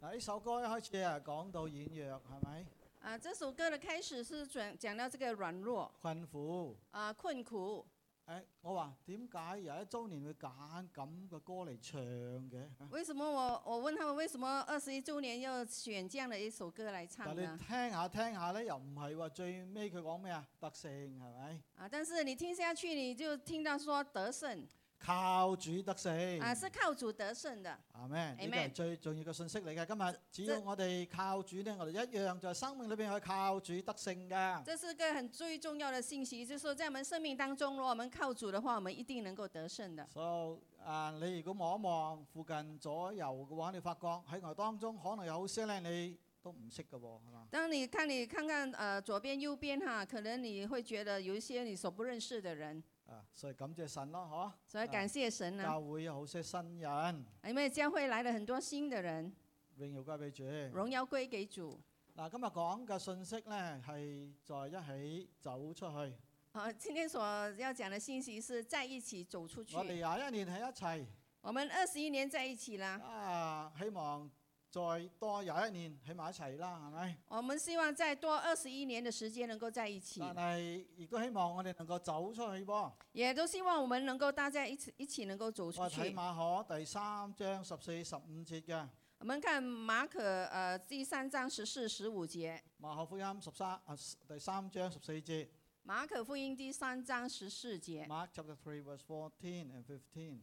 呢首歌一開始啊講到軟弱係咪？啊，这首歌的开始是讲讲到这个软弱困苦。啊、困苦。誒、我話點解廿一周年會揀咁嘅歌嚟唱嘅？啊为什么我我问他们为什么二十一周年要选这样的一首歌来但唱你呢？聽下聽下咧，又唔係話最尾佢講咩啊？特性係咪？啊，但是你听下去，你就听到说得胜靠主得啊，是勝。靠主得胜的。阿咩？呢個 Amen 係最重要嘅信息嚟嘅。今日只要即我哋靠主咧，我哋一樣就係生命裏邊去靠主得勝㗎。这是个很最重要的信息，就是说在我们生命当中，如果我们靠主的话，我们一定能够得胜的。 So 啊，你如果望一望附近左右嘅話，你發覺喺我哋當中可能有好些咧，你都唔識嘅喎，係嘛？当你看你看看呃左边右边哈，可能你会觉得有一些你所不认识的人，啊，所以感謝神咯，所以感谢神嗬、呢、教會有好些新人，因为教会来了很多新的人，榮耀歸俾主。嗱、荣耀归给主。今日講嘅信息咧係在一起走出去。好，今天所要讲的信息是在一起走出去我。哋廿一年喺一齊，我们二十一年在一起啦，啊，希望再多廿一年喺埋一齊啦，係咪？我们希望再多二十一年的时间能够在一起，但係亦都希望我哋能夠走出去噃。也都希望我们能够大家一起一起能够走出我睇去。馬可第三章十四十五節嘅。我们看马可呃第三章十四十五节，馬可福音十三啊十第三章十四節马可福音第三章十四节。 ，Mark chapter three verse fourteen and fifteen。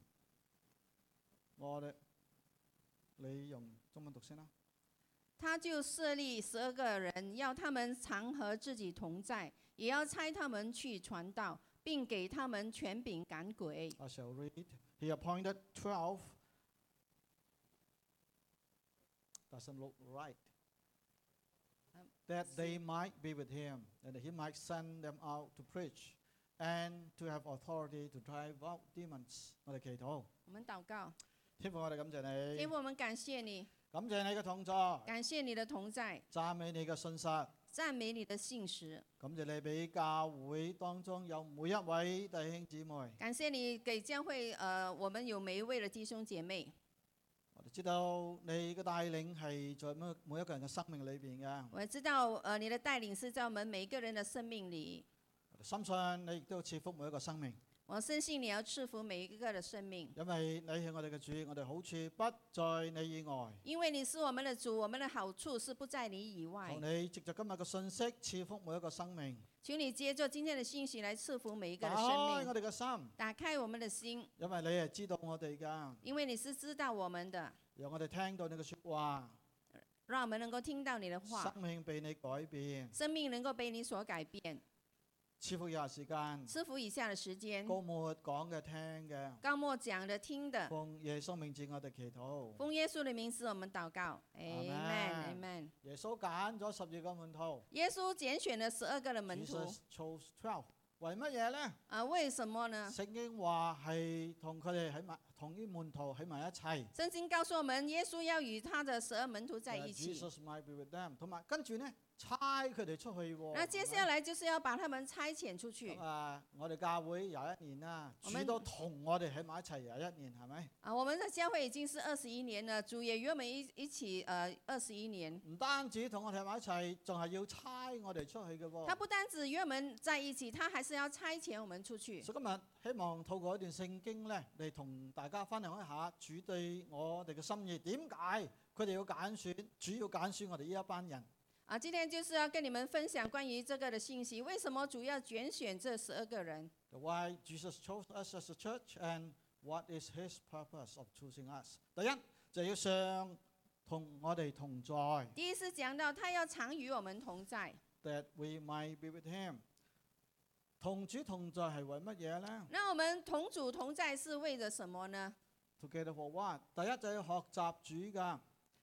我哋你用中文讀先啦。他就设立十二个人，要他们常和自己同在，也要差他们去传道，并给他们权柄赶鬼。 I shall read. He appointed twelve. Doesn't look right. Um, That so- they might be with him, and that he might send them out to preach, and to have authority to drive out demons. 我哋祈禱，我们祷告，天父，我哋感謝天你，父，我们感谢你，感謝你嘅同在。感谢你的同在，赞美你嘅信实，赞美你的信实，感謝你俾教會當中有每一位弟兄姊妹。感谢你给教会呃我们有每一位的弟兄姐妹。我哋知道你嘅帶領係在每每一個人嘅生命裏邊嘅。我知道呃你的带领是在我们每一个人的生命里，我哋深信你亦都賜福每一個生命，我深信你要赐福每一个的生命，因為你係我哋嘅主，我哋好處不在你以外。因为你是我们的主，我们的好处是不在你以外求。你藉着今日嘅信息賜福每一個生命，请你接着今天的信息来赐福每一个打人的生開命，我哋嘅心，打开我们的心，因為你係知道我哋㗎，因为你是知道我们的，讓我哋聽到你嘅説話，让我们能够听到你的话，生命被你改變，生命能够被你所改变。賜福以下時間，赐福以下的时间，高末講嘅聽嘅。高莫讲的、听的，奉耶穌名字，我哋祈禱。奉耶稣的名字，我们祷告。Amen, Amen Amen。耶穌揀咗十二個門徒，耶稣拣选了十二个的门徒 Jesus chose twelve。為乜嘢呢？啊，为什么呢？聖經話係同佢哋喺埋，同啲門徒喺埋一齊。圣经告诉我们，耶稣要与他的十二门徒在一 that 起。 Jesus might be with them。同埋跟住呢，差佢哋出去喎。那接下来就是要把他们差遣出係咪去咁啊，我哋教會廿一年啦，我主們都同我哋喺埋一齊廿一年，係咪？啊！我们的教会已经是二十一年了，主也与我们一一起呃二十一年。唔單止同我哋喺埋一齊，仲係要差我哋出去嘅他喎。不单只与我们在一起，他还是要差遣我们出去。所以今日希望透過一段聖經咧，嚟同大家分享一下主對我哋嘅心意。點解佢哋要揀選？主要揀選我哋呢一班人。啊，今天就是要跟你们分享关于这个的信息。为什么主要拣选这十二个人？ The Why Jesus chose us as a church and what is His purpose of choosing us？第一就要上同我哋同在第一是讲到他要常与我们同在。 ，that we might be with Him。同主同在係為乜嘢呢？那我们同主同在是为了什么呢？ Together for what？第一就要學習主㗎。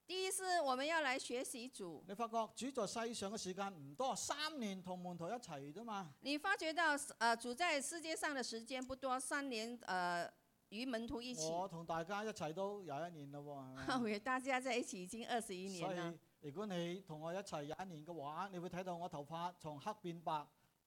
第一是我们要来学习主。你發覺主在世上嘅時間唔多，三年同門徒一齊啫嘛。你发觉到呃主在世界上的时间不多，三年呃与门徒一起，我同大家一齊都廿一年啦喎，係咪与大家在一起已经二十一 年所了。以如果你同我一齊廿一年嘅話，你會睇到我頭髮從黑變白，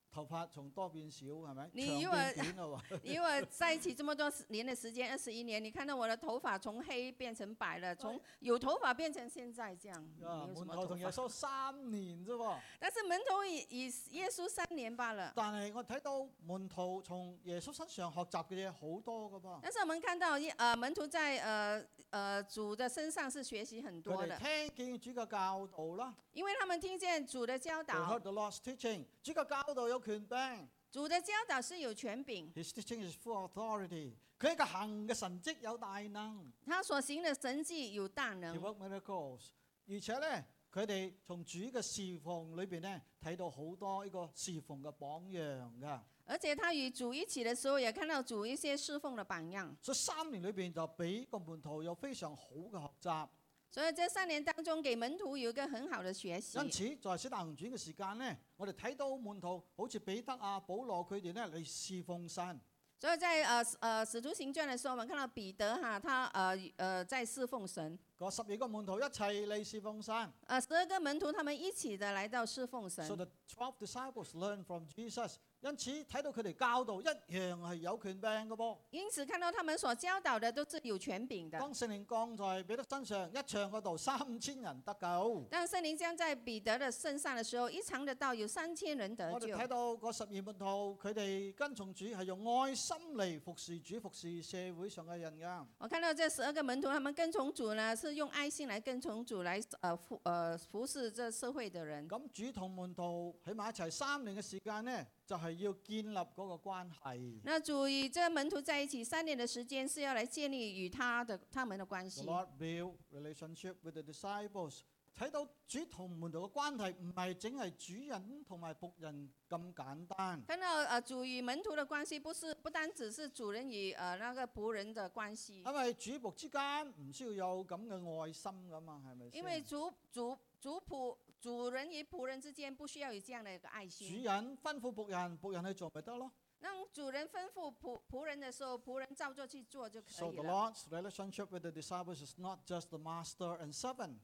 頭髮從多變少係咪？你長以變為短 啦喎，因为在一起这么多时年的时间，二十一年，你看到我的头发从黑变成白了，从有头发变成现在这样，啊没有什門么哎徒头同耶发。穌三年啫喎，但是门徒以以耶稣三年罢了。但係我睇到門徒從耶穌身上學習嘅嘢好多噶噃。但是我们看到耶呃门徒在呃呃主的身上是学习很 多佢的，哋聽見主嘅教導啦因为他们听见主的教，they heard 导， the Lord's teaching。主嘅教導有權柄。主的教导是有权柄， His teaching is full authority. 佢嘅行嘅神蹟有大能他所行的神迹有大，he 能， work miracles。而且咧，佢哋從主嘅侍奉裏邊咧，睇到好多呢個侍奉嘅榜樣噶。而且他与主一起的时候也看到主一些侍奉的榜样。所以三年裏邊就俾個門徒有非常好嘅學習。所以这三年当中，给门徒有一个很好的学习。因此，在《使徒行傳》嘅時間咧，我哋睇到門徒好似彼得啊、保羅佢哋咧嚟侍奉神。所以在呃呃使徒行传的时候，我们看到彼得哈，他呃呃在侍奉神，嗰十二個門徒一齊嚟侍奉神。呃十二个门徒他们一起的来到侍奉 So 神， the twelve disciples learn from Jesus。因此睇到佢哋教導一樣係有權柄嘅噃。因此看到他们所教导的都是有权柄的。當聖靈降在彼得身上，一場嗰度三千人得救。当圣灵降在彼得的身上的时候，一尝得到有三千人得我哋救。睇到嗰十二門徒，佢哋跟從主係用愛心嚟服侍主、服侍社會上嘅人㗎。我看到这十二个门徒，他们跟从主呢，是用爱心来跟从主来呃服呃服侍这社会的人。咁主同門徒喺埋一齊三年嘅時間呢，就係、要建立嗰個關係。那主与这门徒在一起三年的时间，是要来建立与他的他们的关 The 系。 Lord built relationship with the disciples。睇到主同門徒嘅關係唔係淨係主人同埋仆人咁簡單。看到呃主与门徒的关系，不是不单只是主人与呃那个仆人的关系，因為主仆之間唔需要有咁嘅愛心噶嘛，係咪因为先？主主主仆主人与仆人之间不需要有这样的一个爱主心。人吩咐仆人，仆人去做咪得咯。当主人吩咐仆仆人的时候，仆人照做去做就可 So 以 the 了。 Lord's relationship with the disciples is not just the master and servant.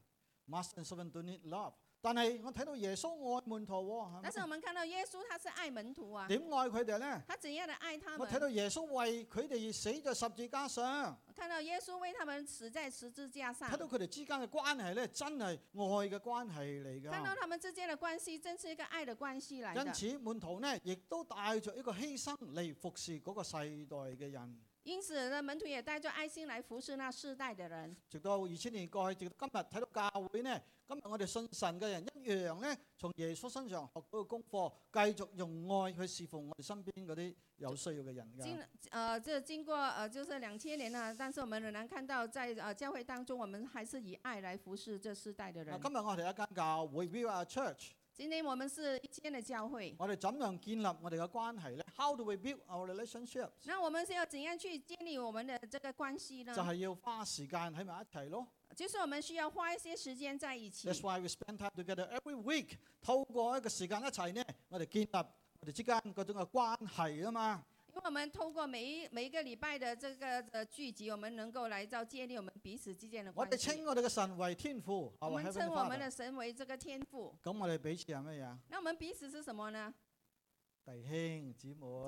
Master and servant do need love。但係我睇到耶穌愛門徒喎，但是係我们看到耶稣他是爱门徒啊咪？，點愛佢哋咧？他怎样的爱哦他我睇们？到耶穌為佢哋而死在十字架上，看到耶稣为他们死在十字架上睇，到佢哋之間嘅關係咧，真係愛嘅關係嚟看到㗎。他们之间的关系，真是一个爱的关系来因的。此門徒呢，亦都帶着一個犧牲嚟服侍嗰個世代嘅人。因此呢，门徒也带着爱心来服侍那世代的人。直到二千年過去，直到今日睇到教會呢，今日我哋信神嘅人一樣呢，從耶穌身上學到嘅功課，繼續用愛去侍奉我哋身邊嗰啲有需要嘅人经㗎。呃，这经过呃，就是两千年了，但是我们仍然看到在呃教会当中，我们还是以爱来服侍这世代的嗱人，。今日我哋一間教會 We are a church，今天我们是一间的教会，我哋怎樣建立我哋嘅關係呢 h o w do we build our relationship？那我们是要怎样去建立我们的这个关系就呢？係要花時間喺埋一齊咯。就是我们需要花一些时间在一起 That's，why we spend time together every week。透過一個時間一齊呢，我哋建立我哋之間嗰種嘅關係啊嘛。因为我们透过每一每一个礼拜的这个呃聚集，我们能够来到建立我们彼此之间的我关哋系。稱我哋嘅神為天父，我 our 们 Heavenly 称我 Father 们的神为这个天赋，咁我哋彼此係乜嘢啊？那我们彼此是什么呢？弟兄姊妹，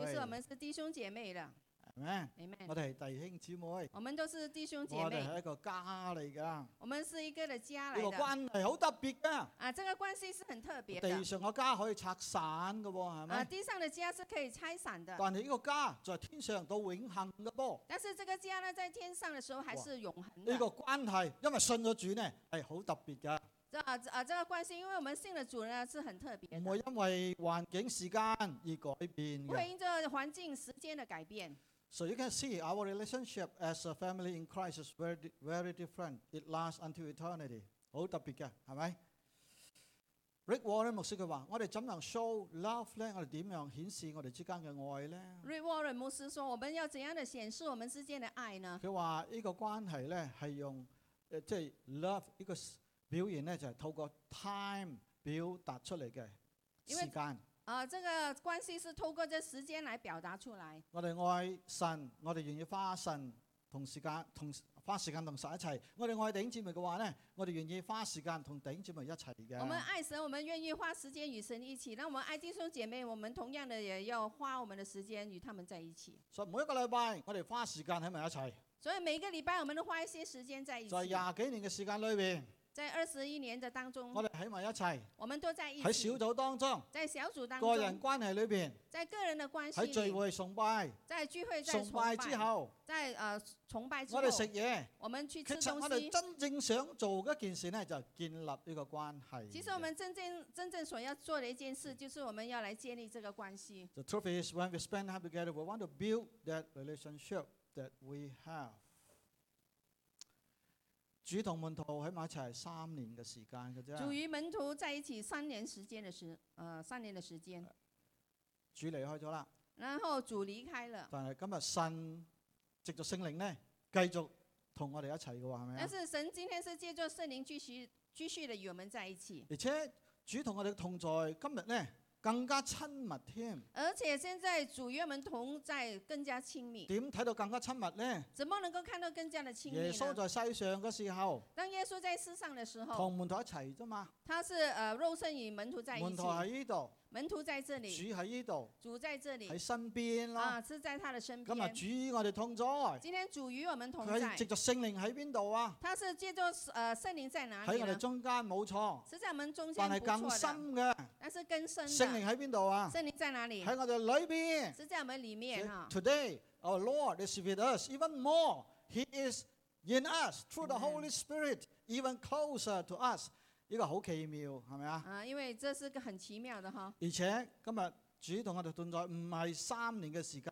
就是我們是弟兄姐妹的係咪？ ，amen 我。哋係弟兄姊妹，我我们都是弟兄姐哋妹，係一個家嚟㗎。呢我们是一個的家個来的。關係好特別㗎。啊，这个关系是很特别地的。上個家可以拆散㗎喎，係啊，咪？地上的家是可以拆散的，但係呢個家在天上到永恆嘅噃。但是这个家呢，在天上的時候还是永恒呢個的。關係，因為信咗主呢，係好特別㗎，这啊这啊，这个关系，因为我們信了主呢，是很特別唔的，會因為環境時間而改變不會嘅。因着環境、時間的改變。 So you can see our relationship as a family in Christ is very di- very different. It lasts until eternity. 好特別嘅，係咪？Rick Warren 牧師佢話：我哋怎樣 show love 咧？我哋點樣顯示我哋之間嘅愛咧？ Ray Warren 牧師說：我們要怎樣的顯示我們之間的愛呢？佢話呢個關係咧係用誒即係 ờ, love 呢個 s- 表現咧就係、透過 time 表達出嚟嘅因為時間。啊，这個關係是透過這時間來表達出來。我哋愛神，我哋願意花神同時間同時花時間同神一齊。我哋愛弟兄姊妹嘅話咧，我哋願意花時間同弟兄姊妹一齊嘅。我们爱神，我们愿意花时间与神一起。那我们爱弟兄姐妹，我们同样的也要花我们的时间与他们在一起。所以每一個禮拜，我哋花時間喺埋一齊。所以每个礼拜我们都花一些时间在一起在。廿幾年嘅時間裏邊，在二十一年的当中我，哋喺埋一齊，我们都嗯在一喺小起，組當中、在小组当個人中，關係裏邊，在个人的关系喺聚里，會崇拜、在聚会、在崇崇拜之拜、後，在呃崇拜之我后哋，食嘢。我们去其吃實东我西哋。真正想做嘅一件事呢，就係建立呢個關係。其实我们真正真正所要做的一件事，就是我们要来建立这个关系。 The truth is, when we spend time together, we want to build that relationship that we have. 主同門徒喺埋一齊三年嘅時間嘅主啫，与门徒在一起三年时间的时，呃，三年的时间，主離開咗啦。然后主离开了，但係今日神藉着聖靈呢，繼續同我哋一齊嘅喎，係咪但啊？是神今天是借助圣灵继续继续的与我们在一起，而且主同我哋嘅同在，今日呢更加親密添。而且现在主与我们同在更加亲密。點睇到更加親密呢？怎么能够看到更加的亲耶密穌在呢？世上嘅時候，当耶稣在世上的时候，同門徒一齊啫嘛。他是呃肉身与门徒在一門起徒，喺呢度，门徒在这主里，喺呢度，主在这里喺身邊啦。啊，是在他的身今边。日主我哋同在，佢今天主与我们同在係藉。着聖靈喺邊度啊？他是借助呃圣灵在哪喺里我哋呢？中間冇錯，是在我们中间但不係更错的，深嘅但是更深聖的靈喺邊度啊？圣灵在哪里？喺我哋裏邊。是在我们里面哈 So。Today our Lord is with us even more. He is in us through the Amen. Holy Spirit, even closer to us. 呢個好奇妙，係咪啊？啊，因为这是个很奇妙的哈。而且今日主同我哋同在唔係三年嘅時間。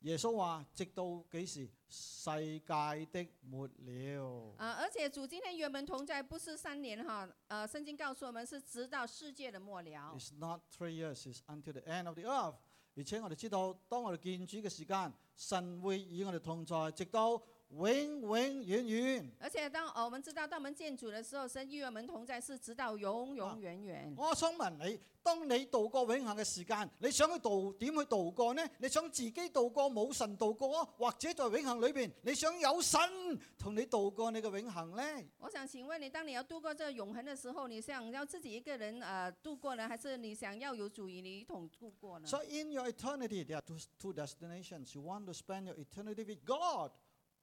耶穌話：直到幾時？世界的末了。啊，而且主今天与我们同在不是三年哈，呃，圣经告诉我们是直到世界的末了。 It's not three years, it's until the end of the earth。而且我哋知道，當我哋見主嘅時間，神會與我哋同在，直到永永遠遠。而且当呃我们知道，当我们见主的时候，神与我们同在是直到永永远远。我想問你，當你度過永恆嘅時間，你想去度點去度過呢？你想自己度過冇神度過啊，或者在永恆裏邊，你想有神同你度過你嘅永恆呢？我想请问你，当你要度过这永恒的时候，你想要自己一个人呃度过呢，还是你想要有主与你一同度过呢？ So in your eternity, there are two, two destinations. You want to spend your eternity with God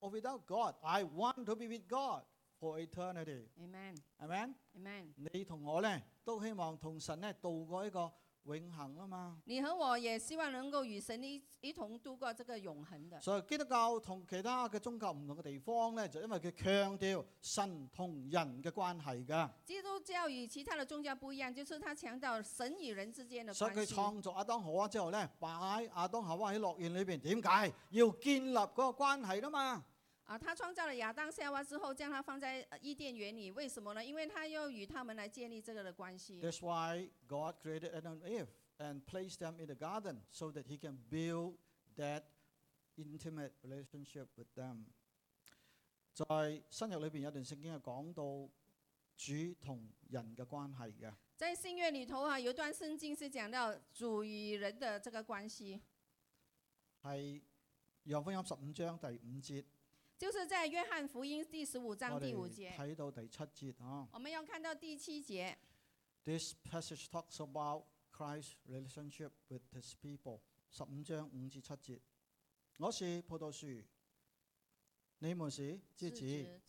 or without God. I want to be with God for eternity. Amen. Amen. Amen. 你同我呢，都希望同神呢度過一個永恆啊嘛。你和我也希望能够与神一一同度过这个永恒的。所以基督教同其他嘅宗教唔同嘅地方呢，就因為佢強調神同人嘅關係㗎，基督教与其他的宗教不一样，就是它强调神與人之间的所以关佢系。創造亞當夏娃之後呢，擺亞當夏娃喺樂園裏邊，點解要建立嗰個關係啦嘛？啊，他创造了亚当夏娃之后，将他放在呃伊甸园里，为什么呢？因为他要与他们来建立这个的关系。 That's why God created Adam and Eve and placed them in the garden so that He can build that intimate relationship with them。在新約裏邊有段聖經係講到主同人嘅關係嘅。在新约里头啊，有一段圣经是讲到主与人的这个关系，係《羊福音》十五章第五節，就是在约翰福音第十五章我第五哋节，睇到第七節啊。我们要看到第七节。 This passage talks about Christ's relationship with His people。十五章五至七節，我是葡萄樹，你們是枝子。是指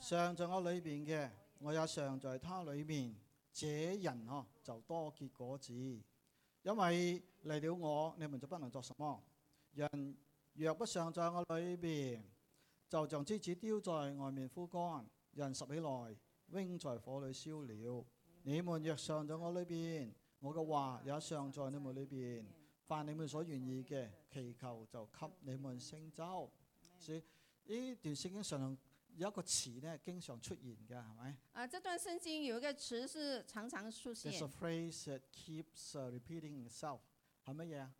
常在我裏邊嘅，我也常在他裏面。這人哦、就多結果子，因為離了我，你們就不能作什麼。人若不常在我裏邊，就像枝子丟在外面枯乾，人拾起來，扔在火裏燒了。你們若常在我裏邊，我嘅話也常在你們裏邊。凡你們所願意嘅，祈求就給你們成就。所以呢段聖經上有一個詞咧，經常出現嘅，係咪啊，这段圣经有一个词是常常出现？There's a，phrase that keeps uh, repeating itself，係乜嘢啊？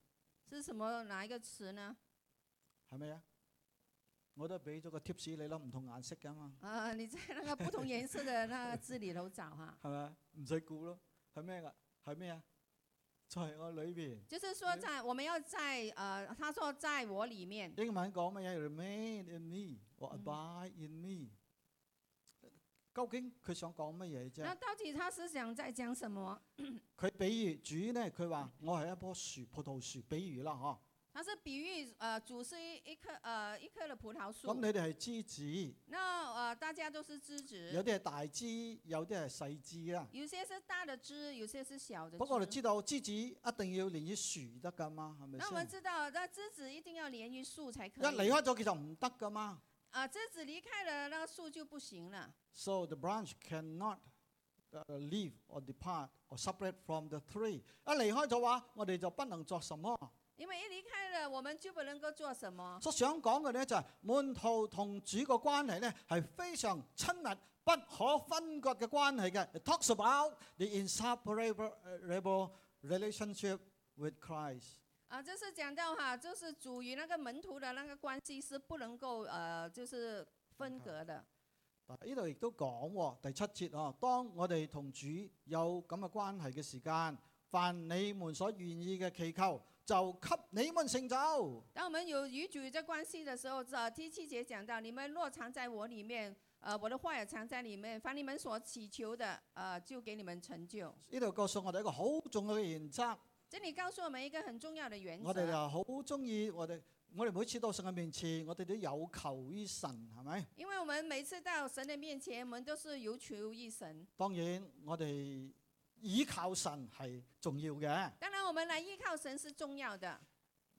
是什么哪一个词呢？係乜嘢？我都俾咗個 tips 你啦，唔同顏色噶嘛，啊，你在那个不同颜色的那个字里头找哈、 係咪？唔使估咯，係咩噶？係咩啊？在我裏邊。就是说在，我们要在呃，他说在我里面，英文講乜嘢？Remain in me 或嗯 abide in me。究竟佢想講乜嘢啫？那到底他思想在讲什么？佢比喻主呢，佢話我係一棵樹，葡萄樹，比喻啦嗬。他是比喻呃，主是一一棵呃一棵的葡萄咁树你，哋係枝子，那呃大家都是枝有子，啲係大枝，有啲係細枝啦。有些是大的枝，有些是小的不過我哋枝。知道枝子一定要連啲樹得㗎嘛，係咪那我们先？知道，那枝子一定要连于树才可一離以。開咗佢就唔得㗎嘛。啊、枝子离开了，那个树就不行了。 So the branch cannot uh, leave or depart or separate from the tree。一離開咗話，我哋就不能作什麼。因为一离开了，我们就不能够做什么。所想講嘅呢，就係、門徒同主嘅關係呢係非常親密、不可分割嘅關係嘅。It talks about the inseparable relationship with Christ。啊，这是讲到哈，就是主与那个门徒的那个关系是不能够呃，就是分隔的。嗱，呢度亦都講喎，第七節啊，當我哋同主有咁嘅關係嘅時間，凡你們所願意嘅祈求，就給你們成就。当我们有与主这关系的时候，这第七节讲到，你们若藏在我里面，呃，我的话也藏在里面，凡你们所祈求的，呃，就给你们成就。呢度告訴我哋一個好重要嘅原則，这里告诉我们一个很重要的原我哋则，就好中意我哋，我哋每次到神嘅面前，我哋都有求於神，係咪？因为我们每次到神的面前，我们都是有求于神。當然，我哋依靠神係重要嘅。当然，我们来依靠神是重要的，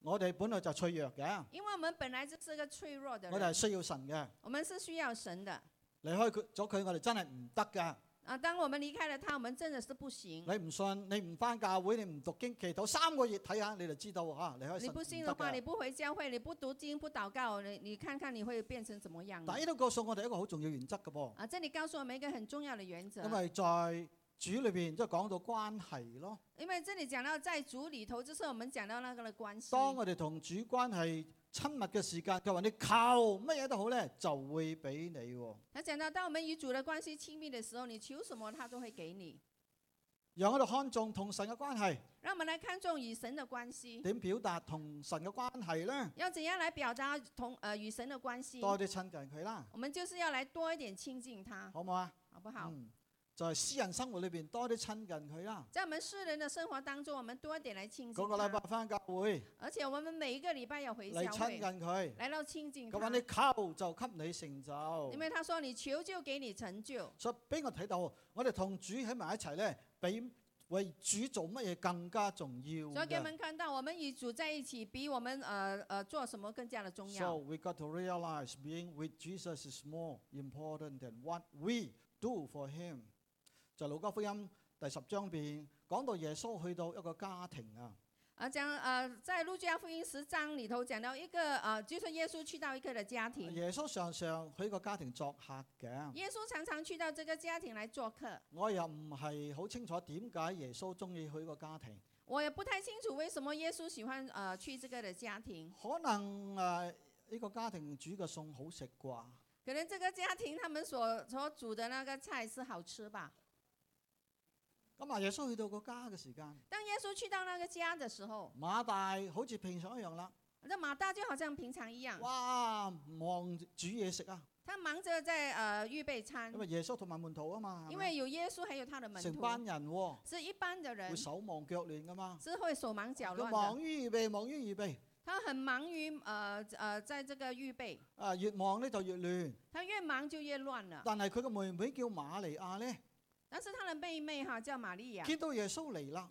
我哋本來就脆弱嘅，因为我们本来就是个脆弱的我哋係人，需要神嘅。我们是需要神的。離開佢咗佢，我哋真係唔得㗎。啊，当我们离开了他，我们真的是不行。你唔信，你唔翻教會，你唔讀經祈禱，三個月睇下你就知道啊！你可以你神不唔信得的话，你㗎。不回教会，你不读经，不祷告，你你看看你会变成什么样但呢？呢度告訴我哋一個好重要原則嘅噃，啊，这里告诉我们一个很重要的原则因，為在主裏邊即係講到關係咯。因为这里讲到在主里头，就是我们讲到那个的关系。當我哋同主關係親密嘅時間，佢話你求乜嘢都好咧，就會俾你喎。他讲到，当我们与主的关系亲密的时候，你求什么，他都会给你。讓我哋看重同神嘅關係，让我们来看重与神的关系，點表達同神嘅關係咧？要怎样来表达同呃与神的关系？多啲親近佢啦，我们就是要来多一点亲近他，好唔好啊？好不好？嗯，就係私人生活裏邊多啲親近佢啦。在我们世人的生活当中，我们多一点来亲個近個禮拜他，翻教會而且我们每一个礼拜要回嚟教親会。近佢。来到亲近咁話他，你求就給你成就因。为他说你求就给你成就，所以俾我睇到，我哋同主喺埋一齊咧，比為主做乜嘢更加重要所以给嘅。我们看到，我们与主在一起，比我们呃呃做什么更加的重 So 要。 we got to realize being with Jesus is more important than what we do for Him。就路加福音第十章邊講到耶穌去到一個家庭啊，啊，讲呃，在路加福音十章里头讲到一个呃，就是耶稣去到一个的家庭，耶穌常常去個家庭作客嘅。耶稣常常去到这个家庭来做客。我又唔係好清楚點解耶穌中意去個家庭。我也不太清楚为什么耶稣喜欢呃去这个的家庭，可能誒呢、個家庭煮嘅餸好食啩，可能这个家庭他们所所煮的那个菜是好吃吧。咁啊耶穌去到個家嘅時間，当耶稣去到那个家的时候，馬大好似平常一樣啦，那马大就好像平常一样，哇忙住煮嘢食啊，他忙着在呃预备餐因。為耶穌同埋門徒啊嘛，係因咪为有耶稣，还有他的门成徒，班人喎、是一般的人會，手忙腳亂噶嘛，是会手忙脚佢乱的。忙於預備，忙於預備，他很忙于呃呃，在这个预备，啊越忙呢就越亂。他越忙就越亂了。但係佢嘅妹妹叫瑪利亞呢，但是他的妹妹哈叫玛利亚，見到耶穌嚟啦，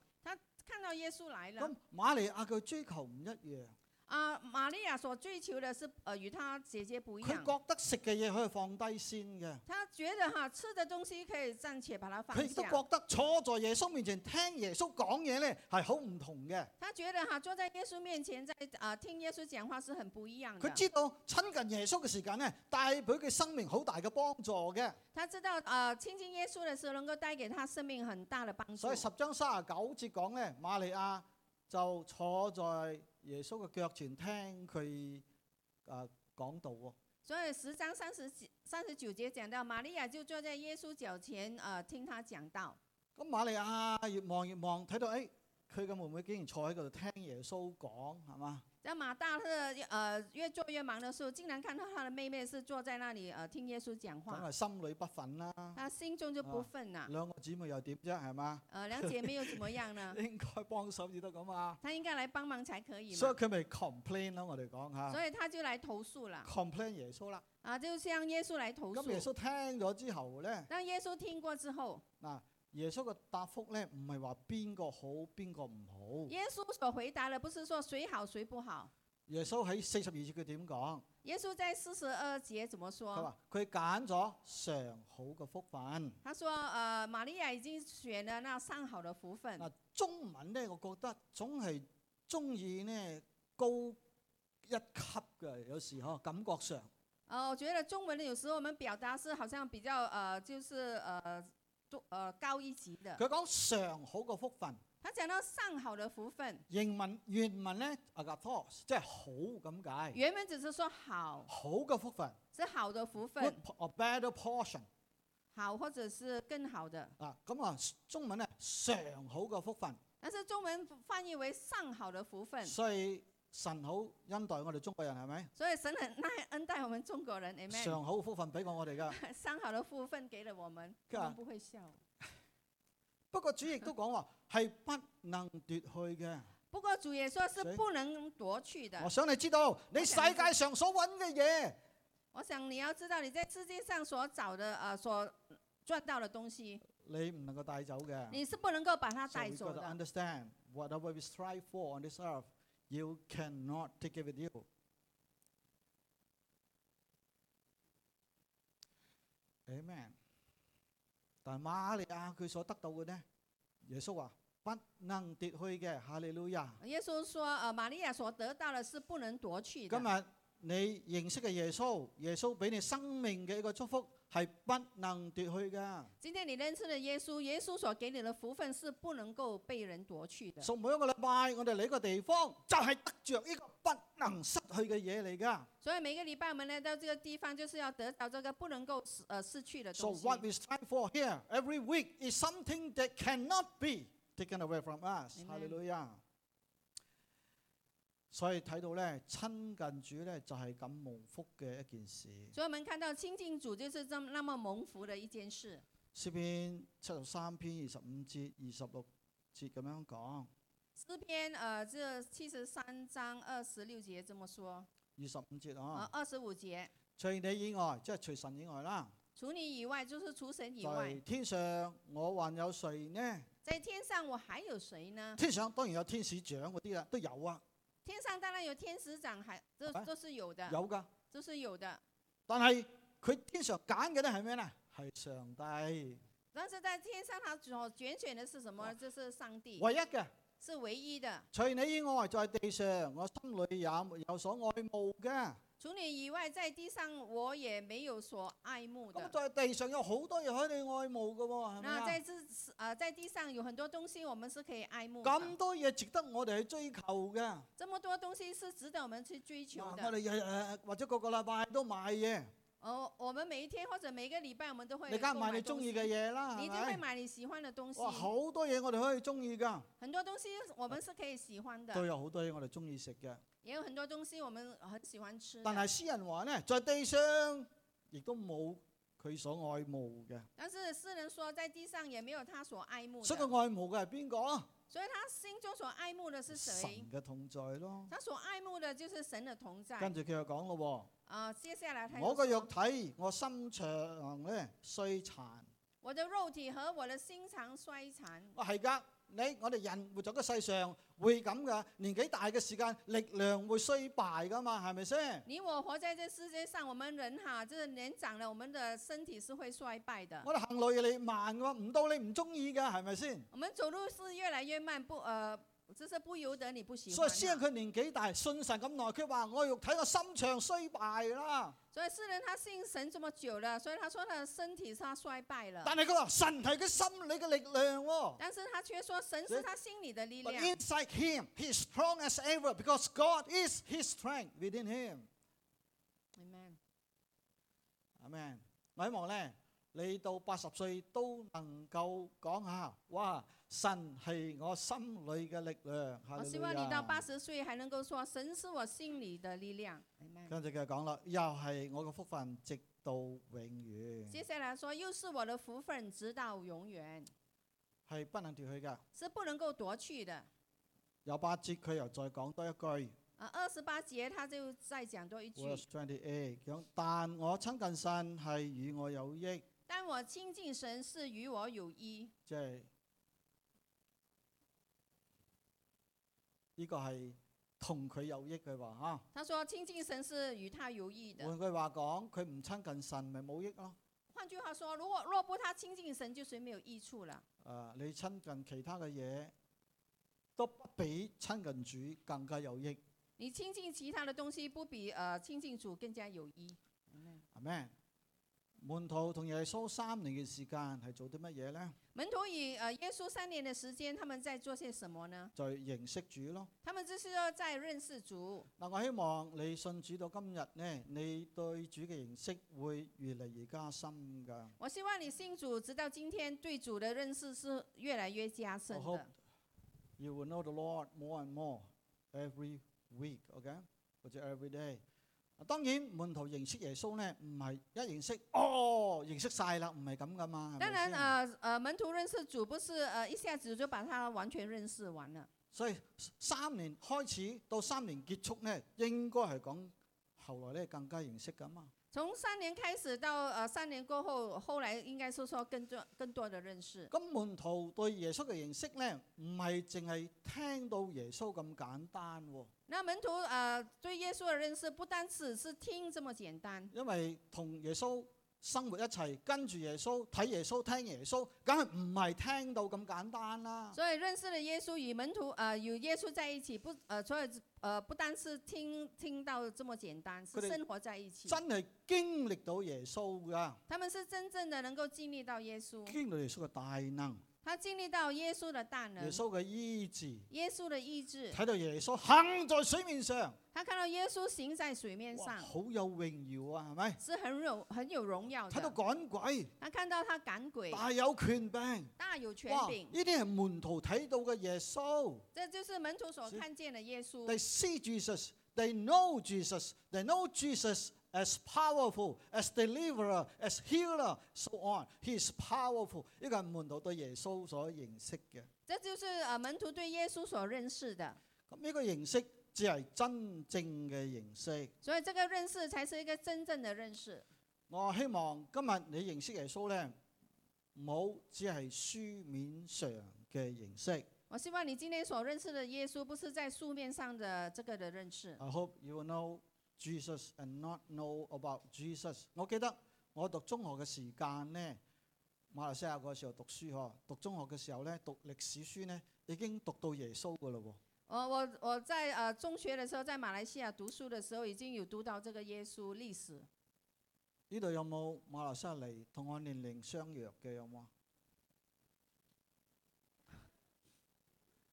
看到耶穌来了咁瑪利亞嘅追求唔一樣，啊，玛利亚所追求的是呃与她姐姐不一佢样。覺得食嘅嘢可以放低先嘅。她觉得哈吃的东西可以暂且把它放佢亦都下，覺得坐在耶穌面前聽耶穌講嘢咧係好唔同嘅。她觉得哈坐在耶穌面前在啊、听耶穌讲话是很不一样的佢。知道親近耶穌嘅時間咧，帶俾佢生命好大嘅幫助嘅。她知道啊、亲近耶穌的时候能够带给她生命很大的帮助所以。十章三十九節講咧，瑪利亞就坐在耶穌嘅腳前聽佢啊講道喎。所以十章三十几三十九节讲到，玛利亚就坐在耶稣脚前，呃，听他讲道。咁瑪利亞越望越望，睇到誒佢嘅妹妹竟然坐喺嗰度聽耶穌講，係嘛？在马大特呃越做越忙的时候，竟然看到他的妹妹是坐在那里呃听耶稣讲梗话，係心裏不忿啦。他心中就不忿啦。兩個姊妹又點啫？係嘛？呃，两姐妹又怎么 样呢？應該幫手至得咁啊。他应该来帮忙才可以所以嘛。佢咪 complain 咯，我哋講吓所以他就来投诉啦， complain 耶穌啦。啊，就向耶稣来投咁耶穌诉。聽咗之後咧，那耶稣听过之后，嗱，耶穌嘅答覆咧唔係話邊個好邊個唔好。耶稣所回答的不是说谁好谁不好。耶穌喺四十二節佢點講？耶稣在四十二节怎么佢说？話佢揀咗上好嘅福分。他说：呃，玛利亚已经选了那上好的福分。嗱，中文咧，我覺得總係中意呢高一級嘅，有時呵感覺上。呃，我觉得中文的有时候我们表达是好像比较呃，就是呃，多呃高一级的。佢講上好嘅福分，他讲到上好的福分，英文原文咧 agathos，即係好咁解。原本只是说好好嘅福分是好的福，good 分， po- a better portion 好或者是更好的，啊，咁啊中文咧上好嘅福分，但是中文翻译为上好的福分。所以神好恩待我哋中國人係咪？所以神很耐恩待我们中国人，amen。上好福分俾過我哋㗎。 上好的福分给了我们，对他啊们不会笑。不過主亦都講話係不能奪去嘅。不过主也说是谁不能夺去的我。想你知道，你世想你知界上所揾嘅嘢。我想你要知道，你在世界上所找的呃所赚到的东西，你唔能夠帶走嘅。你是不能够把它 So 带 we 走 got to 的。 understand whatever we strive for on this earth, you cannot take it with you. Amen。但瑪利亞佢所得到嘅呢，耶穌話不能奪去嘅，哈利路亞。耶稣说，呃，玛利亚所得到的是不能夺去今的。日你認識嘅耶穌，耶穌俾你生命嘅一個祝福係不能奪去嘅。今天你认识了耶穌，耶穌所给你的福分是不能够被人夺去的。所以每一個禮拜，我哋嚟一個地方，就係得着呢個不能失去嘅嘢嚟㗎。所以每个礼拜我们来到这个地方，就是要得到这个不能够失呃失去的 So 东西。 what we strive for here every week is something that cannot be taken away from us. Amen. 哈利路亞。所以睇到咧，親近主咧就係咁蒙福嘅一件事。所以我们看到亲近主就是这么那么蒙福的一件事。詩篇七十三篇二十五節、二十六節咁樣講，诗篇呃这七十三章二十六节这么说，二十五節呃啊。二十五节，除你以外，即係除神以外啦，除你以外就是除神以在外，天上我還有誰呢？在天上我还有谁呢？天上當然有天使長嗰啲啦，都有啊，天上当然有天使长，还这啊这是有的，有噶。这是有的。但係佢天上揀嘅咧係咩咧？係上帝，但是在天上，他所拣选的是什么？这是上帝，唯一嘅。是唯一的。除你以外，在地上我心裏也沒有所愛慕嘅。除你以外，在地上我也没有所爱慕咁的。在地上有好多嘢可以你愛慕嘅喎，係咪那在啊？这呃，在地上有很多东西我们是可以爱慕咁的，多嘢值得我哋去追求嘅。嗱这么多东西是值得我们去追求我的。哋日日或者個個禮拜都買嘢，哦，我们每一天或者每个礼拜，我们都会你梗係购買你东中西意嘅嘢啦，你一係定会咪？买你喜欢的东西。哇，好多嘢我哋可以中意㗎，很多东西我们是可以喜欢啊都的，有好多嘢我哋中意食嘅。也有很多东西我们很喜欢吃但係的。詩人話咧，在地上亦都冇佢所愛慕嘅。但是诗人说，在地上也没有他所爱慕所的以，佢愛慕嘅係邊個？所以他心中所爱慕的是啊神谁？嘅同在咯。他所爱慕的就是神的同在。跟住佢又講咯啊、接下来他喎，又我個肉说體，我心腸咧衰殘。我的肉体和我的心肠衰残。我係啊㗎，你我哋人活咗個世上會咁㗎，年紀大嘅時間力量會衰敗㗎嘛，係咪先？你我活在这世界上，我们人哈，就是年长了，我们的身体是会衰败的。我哋行路越嚟越慢㗎嘛，唔到你唔中意㗎，係咪先？我们走路是越来越慢，不呃，就是不由得你不喜所欢啊以先的。佢年紀大，信神咁耐，佢話我肉體我心腸衰敗啦。所以世人他信神这么久了，所以他说他的身体是他衰败了，但係佢話神係佢心裏嘅力量喎。但是他却说神是他心里的力 But 量。 inside him, he's strong as ever because God is his strength within him. Amen Amen. 我希望咧，你到八十歲都能夠講下，哇！神係我心裏嘅力量，哈我利希路望你到八亞。十岁还能够说，神是我心里的力量。Amen 跟住佢講啦，又係我嘅福分，直到永接遠，下来说，又是我的福分，直到永远，係不能奪去嘅。是不能够夺去的。有八節佢又再講多一句啊，二十八节他就再讲多一句： ，verse twenty eight 講，但我親近神係與我有益，但我亲近神是与我有益。即係呢個係同佢有益嘅話啊。他说亲近神是与他有益的。換句話講，佢唔親近神咪冇益咯。换句话说，如果若不他亲近神，就是没有益处了。誒、啊你親近其他嘅嘢，都不比親近主更加有益。你亲近其他的东西，不比呃亲近主更加有益。Amen 係咪？門徒同耶穌三年嘅時間係做啲乜嘢呢？门徒以呃耶稣三年的时间，他们在做些什么呢？就係認識主咯。他们就是要在认识主。嗱，我希望你信主到今日呢，你對主嘅認識會越嚟越加深㗎。我希望你信主，直到今天对主的认识是越来越加深 I 的 hope。you will know the Lord more and more every week, OK？或者 every day。啊 À, 當然，門徒認識耶穌呢，唔係一認識哦，認識晒啦，唔係咁噶嘛。係咪当然，先呃呃，门徒认识主不是呃一下子就把他完全认识完了。所以三年開始到三年結束呢，應該係講後來呢更加認識噶嘛。从三年开始到呃三年过后，后来应该是说更多更多的认识。咁門徒對耶穌嘅認識呢，唔係淨係聽到耶穌咁簡單喎、那门徒呃对耶稣的认识不单只是听这么简单，因為同耶穌生活一齊，跟住耶穌睇耶穌聽耶穌，梗係唔係聽到咁簡單啦。所以认识了耶稣与门徒呃与耶稣在一起不呃所以呃不单是听听到这么简单，是佢哋生活在一起。真係經歷到耶穌噶，他们是真正的能够经历到耶稣，經歷到耶穌嘅大能，他经历到耶稣的大能耶，穌嘅醫治，耶稣的意志，睇到耶穌行在水面上，他看到耶稣行在水面哇上好有榮耀啊，係咪？是很有很有荣耀睇到的。趕鬼，他看到他赶鬼，大有權柄，大有权哇！呢柄，啲係門徒睇到嘅耶穌。这就是门徒所是看见的耶稣 They。see Jesus. They know Jesus. They know Jesus as powerful, as deliverer, as healer, so on. He is powerful. 呢個係門徒對耶穌所認識嘅。这就是呃门徒对耶稣所认识的，咁呢個認識只係真正嘅認識。所以这个认识才是一个真正的认識。我希望今日你認識耶穌呢，唔好只係書面上嘅認識。我希望你今天所认识的耶稣，不是在书面上的这个的认识。 I hope you will know Jesus and not know about Jesus。我記得我讀中學嘅時間呢，馬來西亞嗰時候讀書呵，讀中學嘅時候呢，讀歷史書呢，已經讀到耶穌噶嘞喎。我哦我我在呃中学的时候，在马来西亚读书的时候，已经有读到这个耶稣历史。呢度有冇馬來西亞嚟同我年齡相若嘅有冇啊？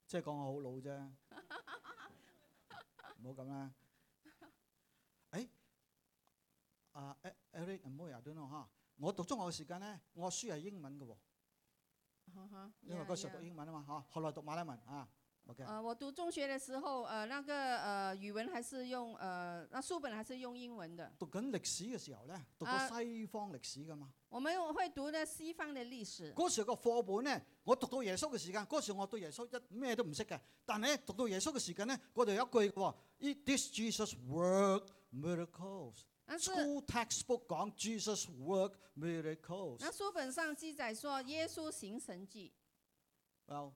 即係講我好老啫，唔好咁啦。誒，啊誒 Eric and Moya don't know 嚇，我讀中學嘅時間咧，我書係英文嘅喎，哈哈因為 yeah，嗰時候 yeah 讀英文啊嘛嚇，後來讀馬來文啊。OK，呃，我读中学的时候，呃，那个呃语文还是用呃，那书本还是用英文的。讀緊歷史嘅時候咧，讀啊到西方歷史噶嘛。我们会读的西方的历史。嗰時個課本咧，我讀到耶穌嘅時間，嗰時我對耶穌一咩都唔識嘅。但係咧讀到耶穌嘅時間咧，嗰度有一句嘅喎，"It- This Jesus work miracles。但是 School textbook 講 Jesus work 那 miracles。书本上记载说耶稣行神迹， Well，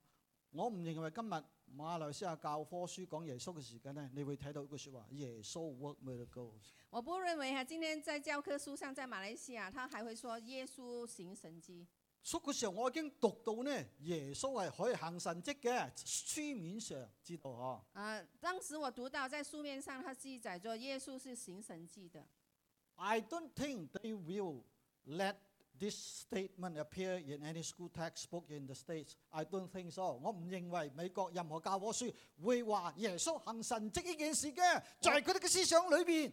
我唔認為今日馬來西亞教科書講耶穌嘅時間咧，你會睇到一句説話：耶穌 work miracles。我不认为哈，今天在教科书上，在马来西亚，他还会说耶稣行神迹。所以嗰時候我已經讀到呢，耶穌係可以行神蹟嘅，書面上知道哦呵。呃，当时我读到在书面上，他记载说耶稣是行神迹的。 I don't think they will let this statement appear in any school textbook in the States. I don't think so. 我唔認為美國任何教科書會話耶穌行神蹟呢件事嘅，在佢哋嘅思想裏邊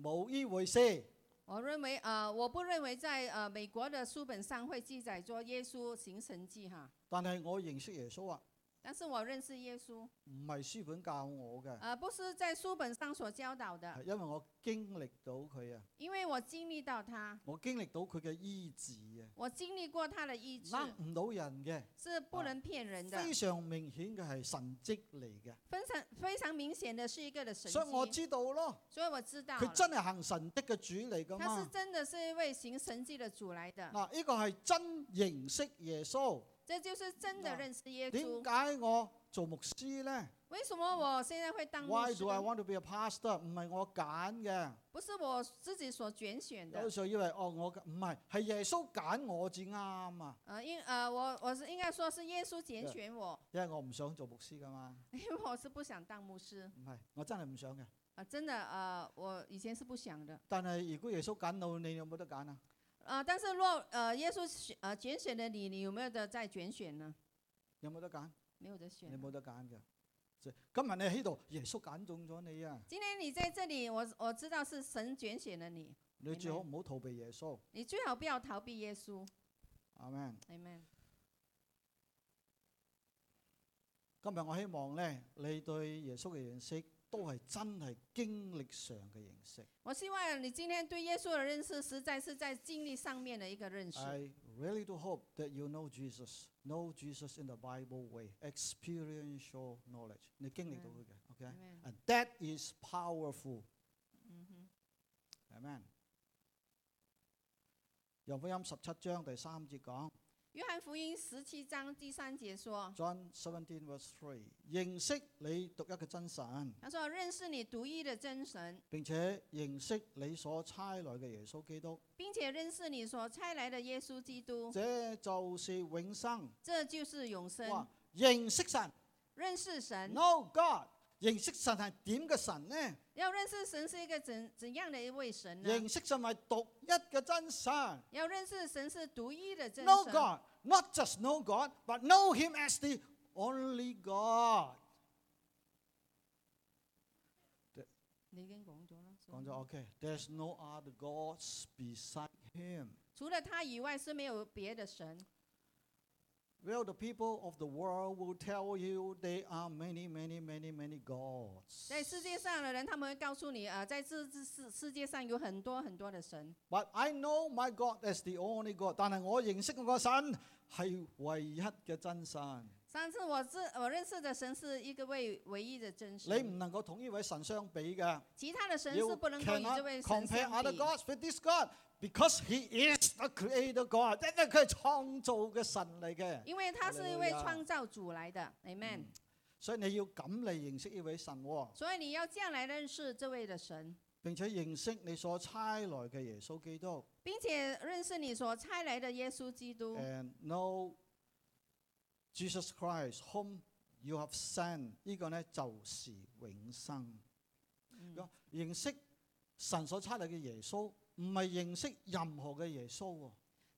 冇呢回事。我认为，呃，我不认为在呃美国的书本上会记载说耶稣行神迹哈，但係我認識耶穌啊，但是我认识耶稣，唔係書本教我嘅，呃，不是在书本上所教導的，係因為我經歷到佢啊，因为我经历到他，我經歷到佢嘅醫治啊，我经历过他的医治，呃唔到人嘅，是不能骗人的，啊非常明顯嘅係神蹟嚟嘅，非常非常明显的是一个的神迹所以，我知道咯，所以我知道佢了，真係行神蹟嘅主嚟噶他是嘛。真的是一位行神迹的主来的，嗱，呢個係真認識耶穌。这就是真的那认识耶點稣。解我做牧師呢为什么我现在会当牧 w h y 师 do I 呢？ want to be a pastor？唔係我揀嘅，不是我自己所拣选的有，時候以為哦，我唔係係耶穌揀我至啱啊，呃，应呃，我我是应该说是耶稣拣选我， 因為我唔想做牧師噶嘛。因为我是不想当牧师唔係，我真係唔想嘅。啊、真的呃，我以前是不想的但係如果耶穌揀到你，你有冇得揀啊？啊、但是若呃耶稣选呃拣选了你，你有没有的再拣选呢？有冇得揀？没有得选你。冇得揀嘅。所以今日你喺度，耶穌揀中咗你啊！今天你在这里，我我知道是神拣选了你，你最好唔好逃避耶穌，你最好不要逃避耶稣。阿 m Amen。今日我希望咧，你對耶穌嘅認識都係真係經歷上嘅認識。我希望你今天对耶稣的认识，实在是在经历上面的一个认识。 I really do hope that you know Jesus, know Jesus in the Bible way, experiential knowledge. 你經歷到佢嘅，OK? Amen And that is powerful. 嗯哼 Amen. 約福音十七章第三節講约翰福音十七章第三节说，John seventeen verse three，認識你獨一嘅真神：“，他说，认识你独一的真神，並且認識你所差來嘅耶穌基督，并且认识你所差来的耶稣基督，這就是永生。这就是永生哇。！認識神认识神， ，No God，認識神係點嘅神呢？要认识神是一个怎怎样的一位神呢？認識神係獨一嘅真神。要认识神是独一的真 No 神， God, not just know God, but know Him as the only God。你已经讲咗啦，講咗哦 OK。There's no other gods beside Him. 除了他以外是没有别的神。 Well, the people of the world will tell you there are many, many, many, many gods. 在世界上的人，他们会告诉你啊、呃在这这世世界上有很多很多的神， But I know my God as the only God。但係我認識我個神係唯一嘅真神。上次我知我认识的神是一个位唯一的真你神，唔能夠同呢位神相比嘅。其他的神 You 是不能够与 cannot 这位神 compare 相 other 比。 gods with this God because He is the Creator God，因為佢係創造嘅神嚟嘅， 因为他是一位 Hallelujah 创造主来的，Amen。所以你要咁嚟認識呢位神喎，所以你要这样来认识这位的神，並且認識你所差來嘅耶穌基督。并且认识你所差来的耶稣基督， And know Jesus Christ whom you have sent，呢個呢就是永生。嗯認識神所差嚟嘅耶穌，唔係認識任何嘅耶穌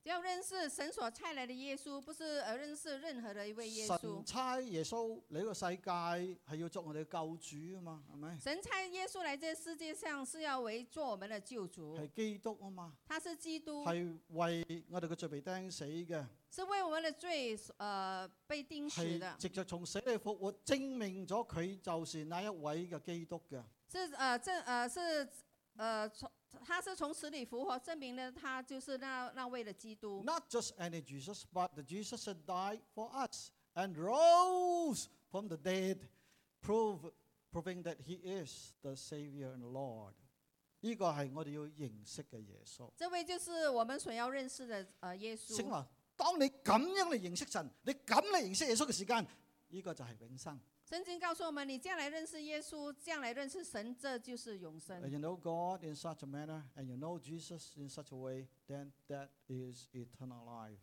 要认识神所差来的耶稣，不是呃认识任何的一位耶喎。稣神。差耶穌嚟呢個世界係要作我哋嘅救主啊嘛，係咪？神差耶稣来这世界上是要为做我们的救主，係基督啊嘛，他是基督，係為我哋嘅罪被釘死嘅，是為我們的罪呃被釘死的係，藉着從死裏復活，證明咗佢就是那一位嘅基督嘅。是呃这呃是呃从他是从死里复活，证明了他就是那那位的基督， Not just any Jesus, but the Jesus that died for us and rose from the dead, prove proving that he is the Savior and Lord。呢個係我哋要認識嘅耶穌。这位就是我们所要认識的呃耶聖穌。話，當你咁樣嚟認識神，你咁嚟認識耶穌嘅時間，呢、個就係永生。聖經告訴我們，你将来認識耶穌，将来認識神，这就是永生 And。you know God in such a manner, and you know Jesus in such a way, then that is eternal life.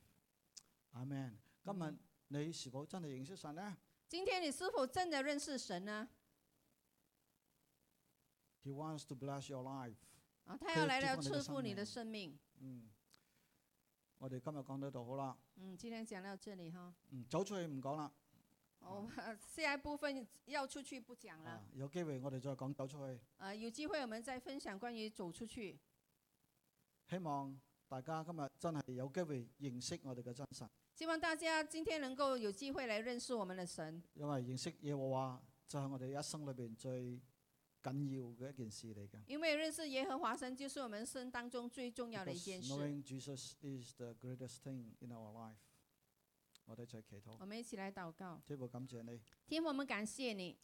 Amen. 今日你是否真係認識神呢今天你是否真的認識神呢？ ？He wants to bless your life. 啊，他要来了，可以提供你赐的福你的生生命。嗯，我哋今日講到呢度好啦。嗯，今天講到這裡哈，嗯，走出去唔講啦。我 下一部分要出去不講了啊啊。，有機會我哋再講走出去。呃，有機會我們再分享關於走出去。希望大家今日真係有機會認識我哋嘅真神，希望大家今天能够有机会来认识我们的神，因為認識耶和華就係我哋一生裏邊最緊要嘅一件事嚟嘅。因为认识耶和华神就是我们生当中最重要的一件 Because 事。 knowing Jesus is the greatest thing in our life。我哋一齊祈禱，我们一起来祷告，天父感謝你，天父，我们感谢你，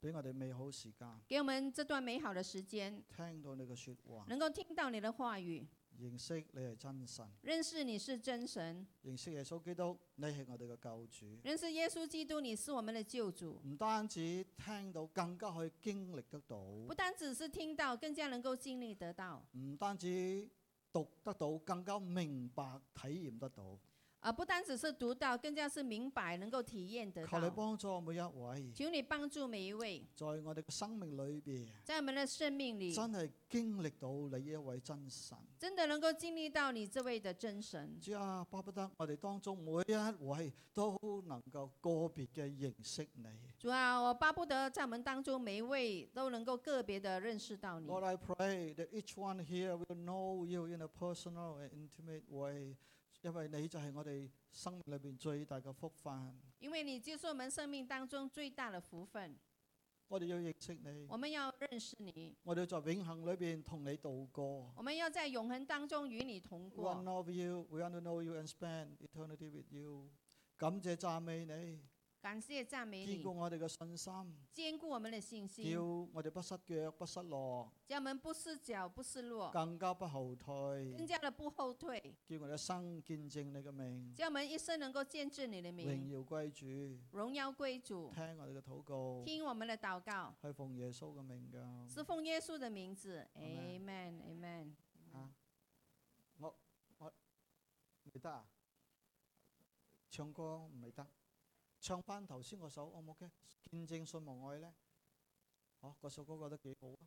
俾我哋美好時間，给我们这段美好的时间，聽到你嘅説話，能够听到你的话语，認識你係真神，认识你是真神，認識耶穌基督，你係我哋嘅救主。认识耶稣基督，你是我们的救主。唔單止聽到，更加可以經歷得到，不唔单只是听到，更加能够经历得到，單止讀得到，更加明白體驗得到。啊，不单只是读到，更加是明白，能够体验得求你到。幫助每一位，求你帮助每一位，在我哋嘅生命裏邊，在我们的生命里，真係經歷到你呢一位真神。真的能够经历到你这位的真神。主啊，巴不得我哋當中每一位都能夠個別嘅認識你。主啊，我巴不得在我们当中每一位都能够个别的认识到你。 Lord, I pray that each one here will know you in a personal and intimate way，因為你就係我哋生命裏邊最大嘅福分。因为你就是我们生命当中最大的福分，我哋要認識你，我们要认识你，我哋要在永恒裏邊同你度過。我们要在永恒当中与你同 We want 过。 of you, we want to know you and spend eternity with you。感謝讚美你，感谢赞美堅你固，我哋嘅信心，坚固我们的信叫心，我哋不失腳、不失落，叫我们不失脚、不失落，更加不後更退。加的不后退，叫我哋一生見證你嘅名，叫我们一生能够见证你的榮名，耀歸主。荣耀归主。聽我哋嘅禱告，听我们的祷告，係奉耶穌嘅名㗎。是奉耶稣的名字 Amen ，Amen Amen。啊，我我未得啊，唱歌唔係得，唱翻頭先嗰首 O 唔 OK？見證信無愛咧，哦，嗰首歌覺得幾好啊！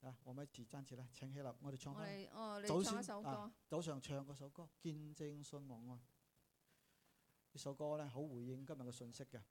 啊，我咪一起站起來，請起立，我哋唱我翻哋哦，你早唱先一首啊歌，早上唱嗰啊首歌《見證信無愛》。呢首歌咧好回應今日嘅信息嘅，啊